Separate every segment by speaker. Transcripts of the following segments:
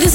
Speaker 1: this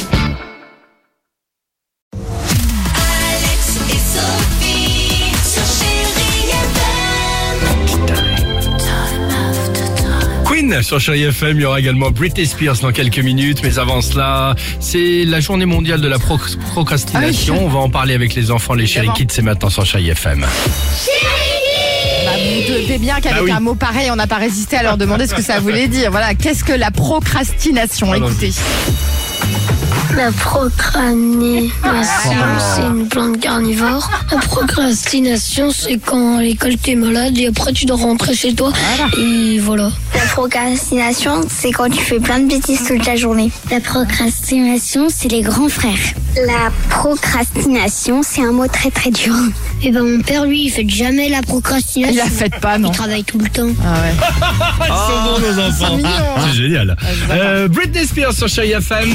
Speaker 2: Alex et Sophie sur Chéri FM. Time after time.
Speaker 3: Queen sur Chérie FM, il y aura également Britney Spears dans quelques minutes, mais avant cela, c'est la journée mondiale de la pro- procrastination. On va en parler avec les enfants, les Chérie Kids, c'est maintenant sur Chérie FM.
Speaker 4: Bah, vous devez bien qu'avec
Speaker 3: Bah oui.
Speaker 4: un mot pareil, on n'a pas résisté à leur demander ce que ça voulait dire. Voilà, qu'est-ce que la procrastination
Speaker 3: Allons-y.
Speaker 4: Écoutez.
Speaker 5: La procrastination,
Speaker 4: Ah.
Speaker 5: c'est une plante carnivore. La procrastination, c'est quand à l'école t'es malade et après tu dois rentrer chez toi. Et voilà.
Speaker 6: La procrastination, c'est quand tu fais plein de bêtises toute la journée. La procrastination, c'est les grands frères. La procrastination, c'est un mot très très dur.
Speaker 5: Et ben mon père, lui, il fait jamais la procrastination.
Speaker 4: Il la fête pas, non
Speaker 5: Il travaille tout le temps.
Speaker 3: Oh, nos enfants. C'est génial. Euh, Britney Spears sur Chérie FM.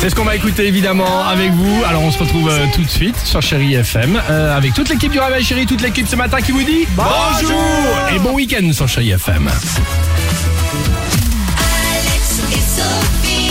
Speaker 3: C'est ce qu'on va écouter évidemment avec vous. Alors on se retrouve euh, tout de suite sur Chérie FM euh, avec toute l'équipe du Réveil Chérie, toute l'équipe ce matin qui vous dit bonjour et bon week-end sur Chérie FM.
Speaker 2: Alex et Sophie.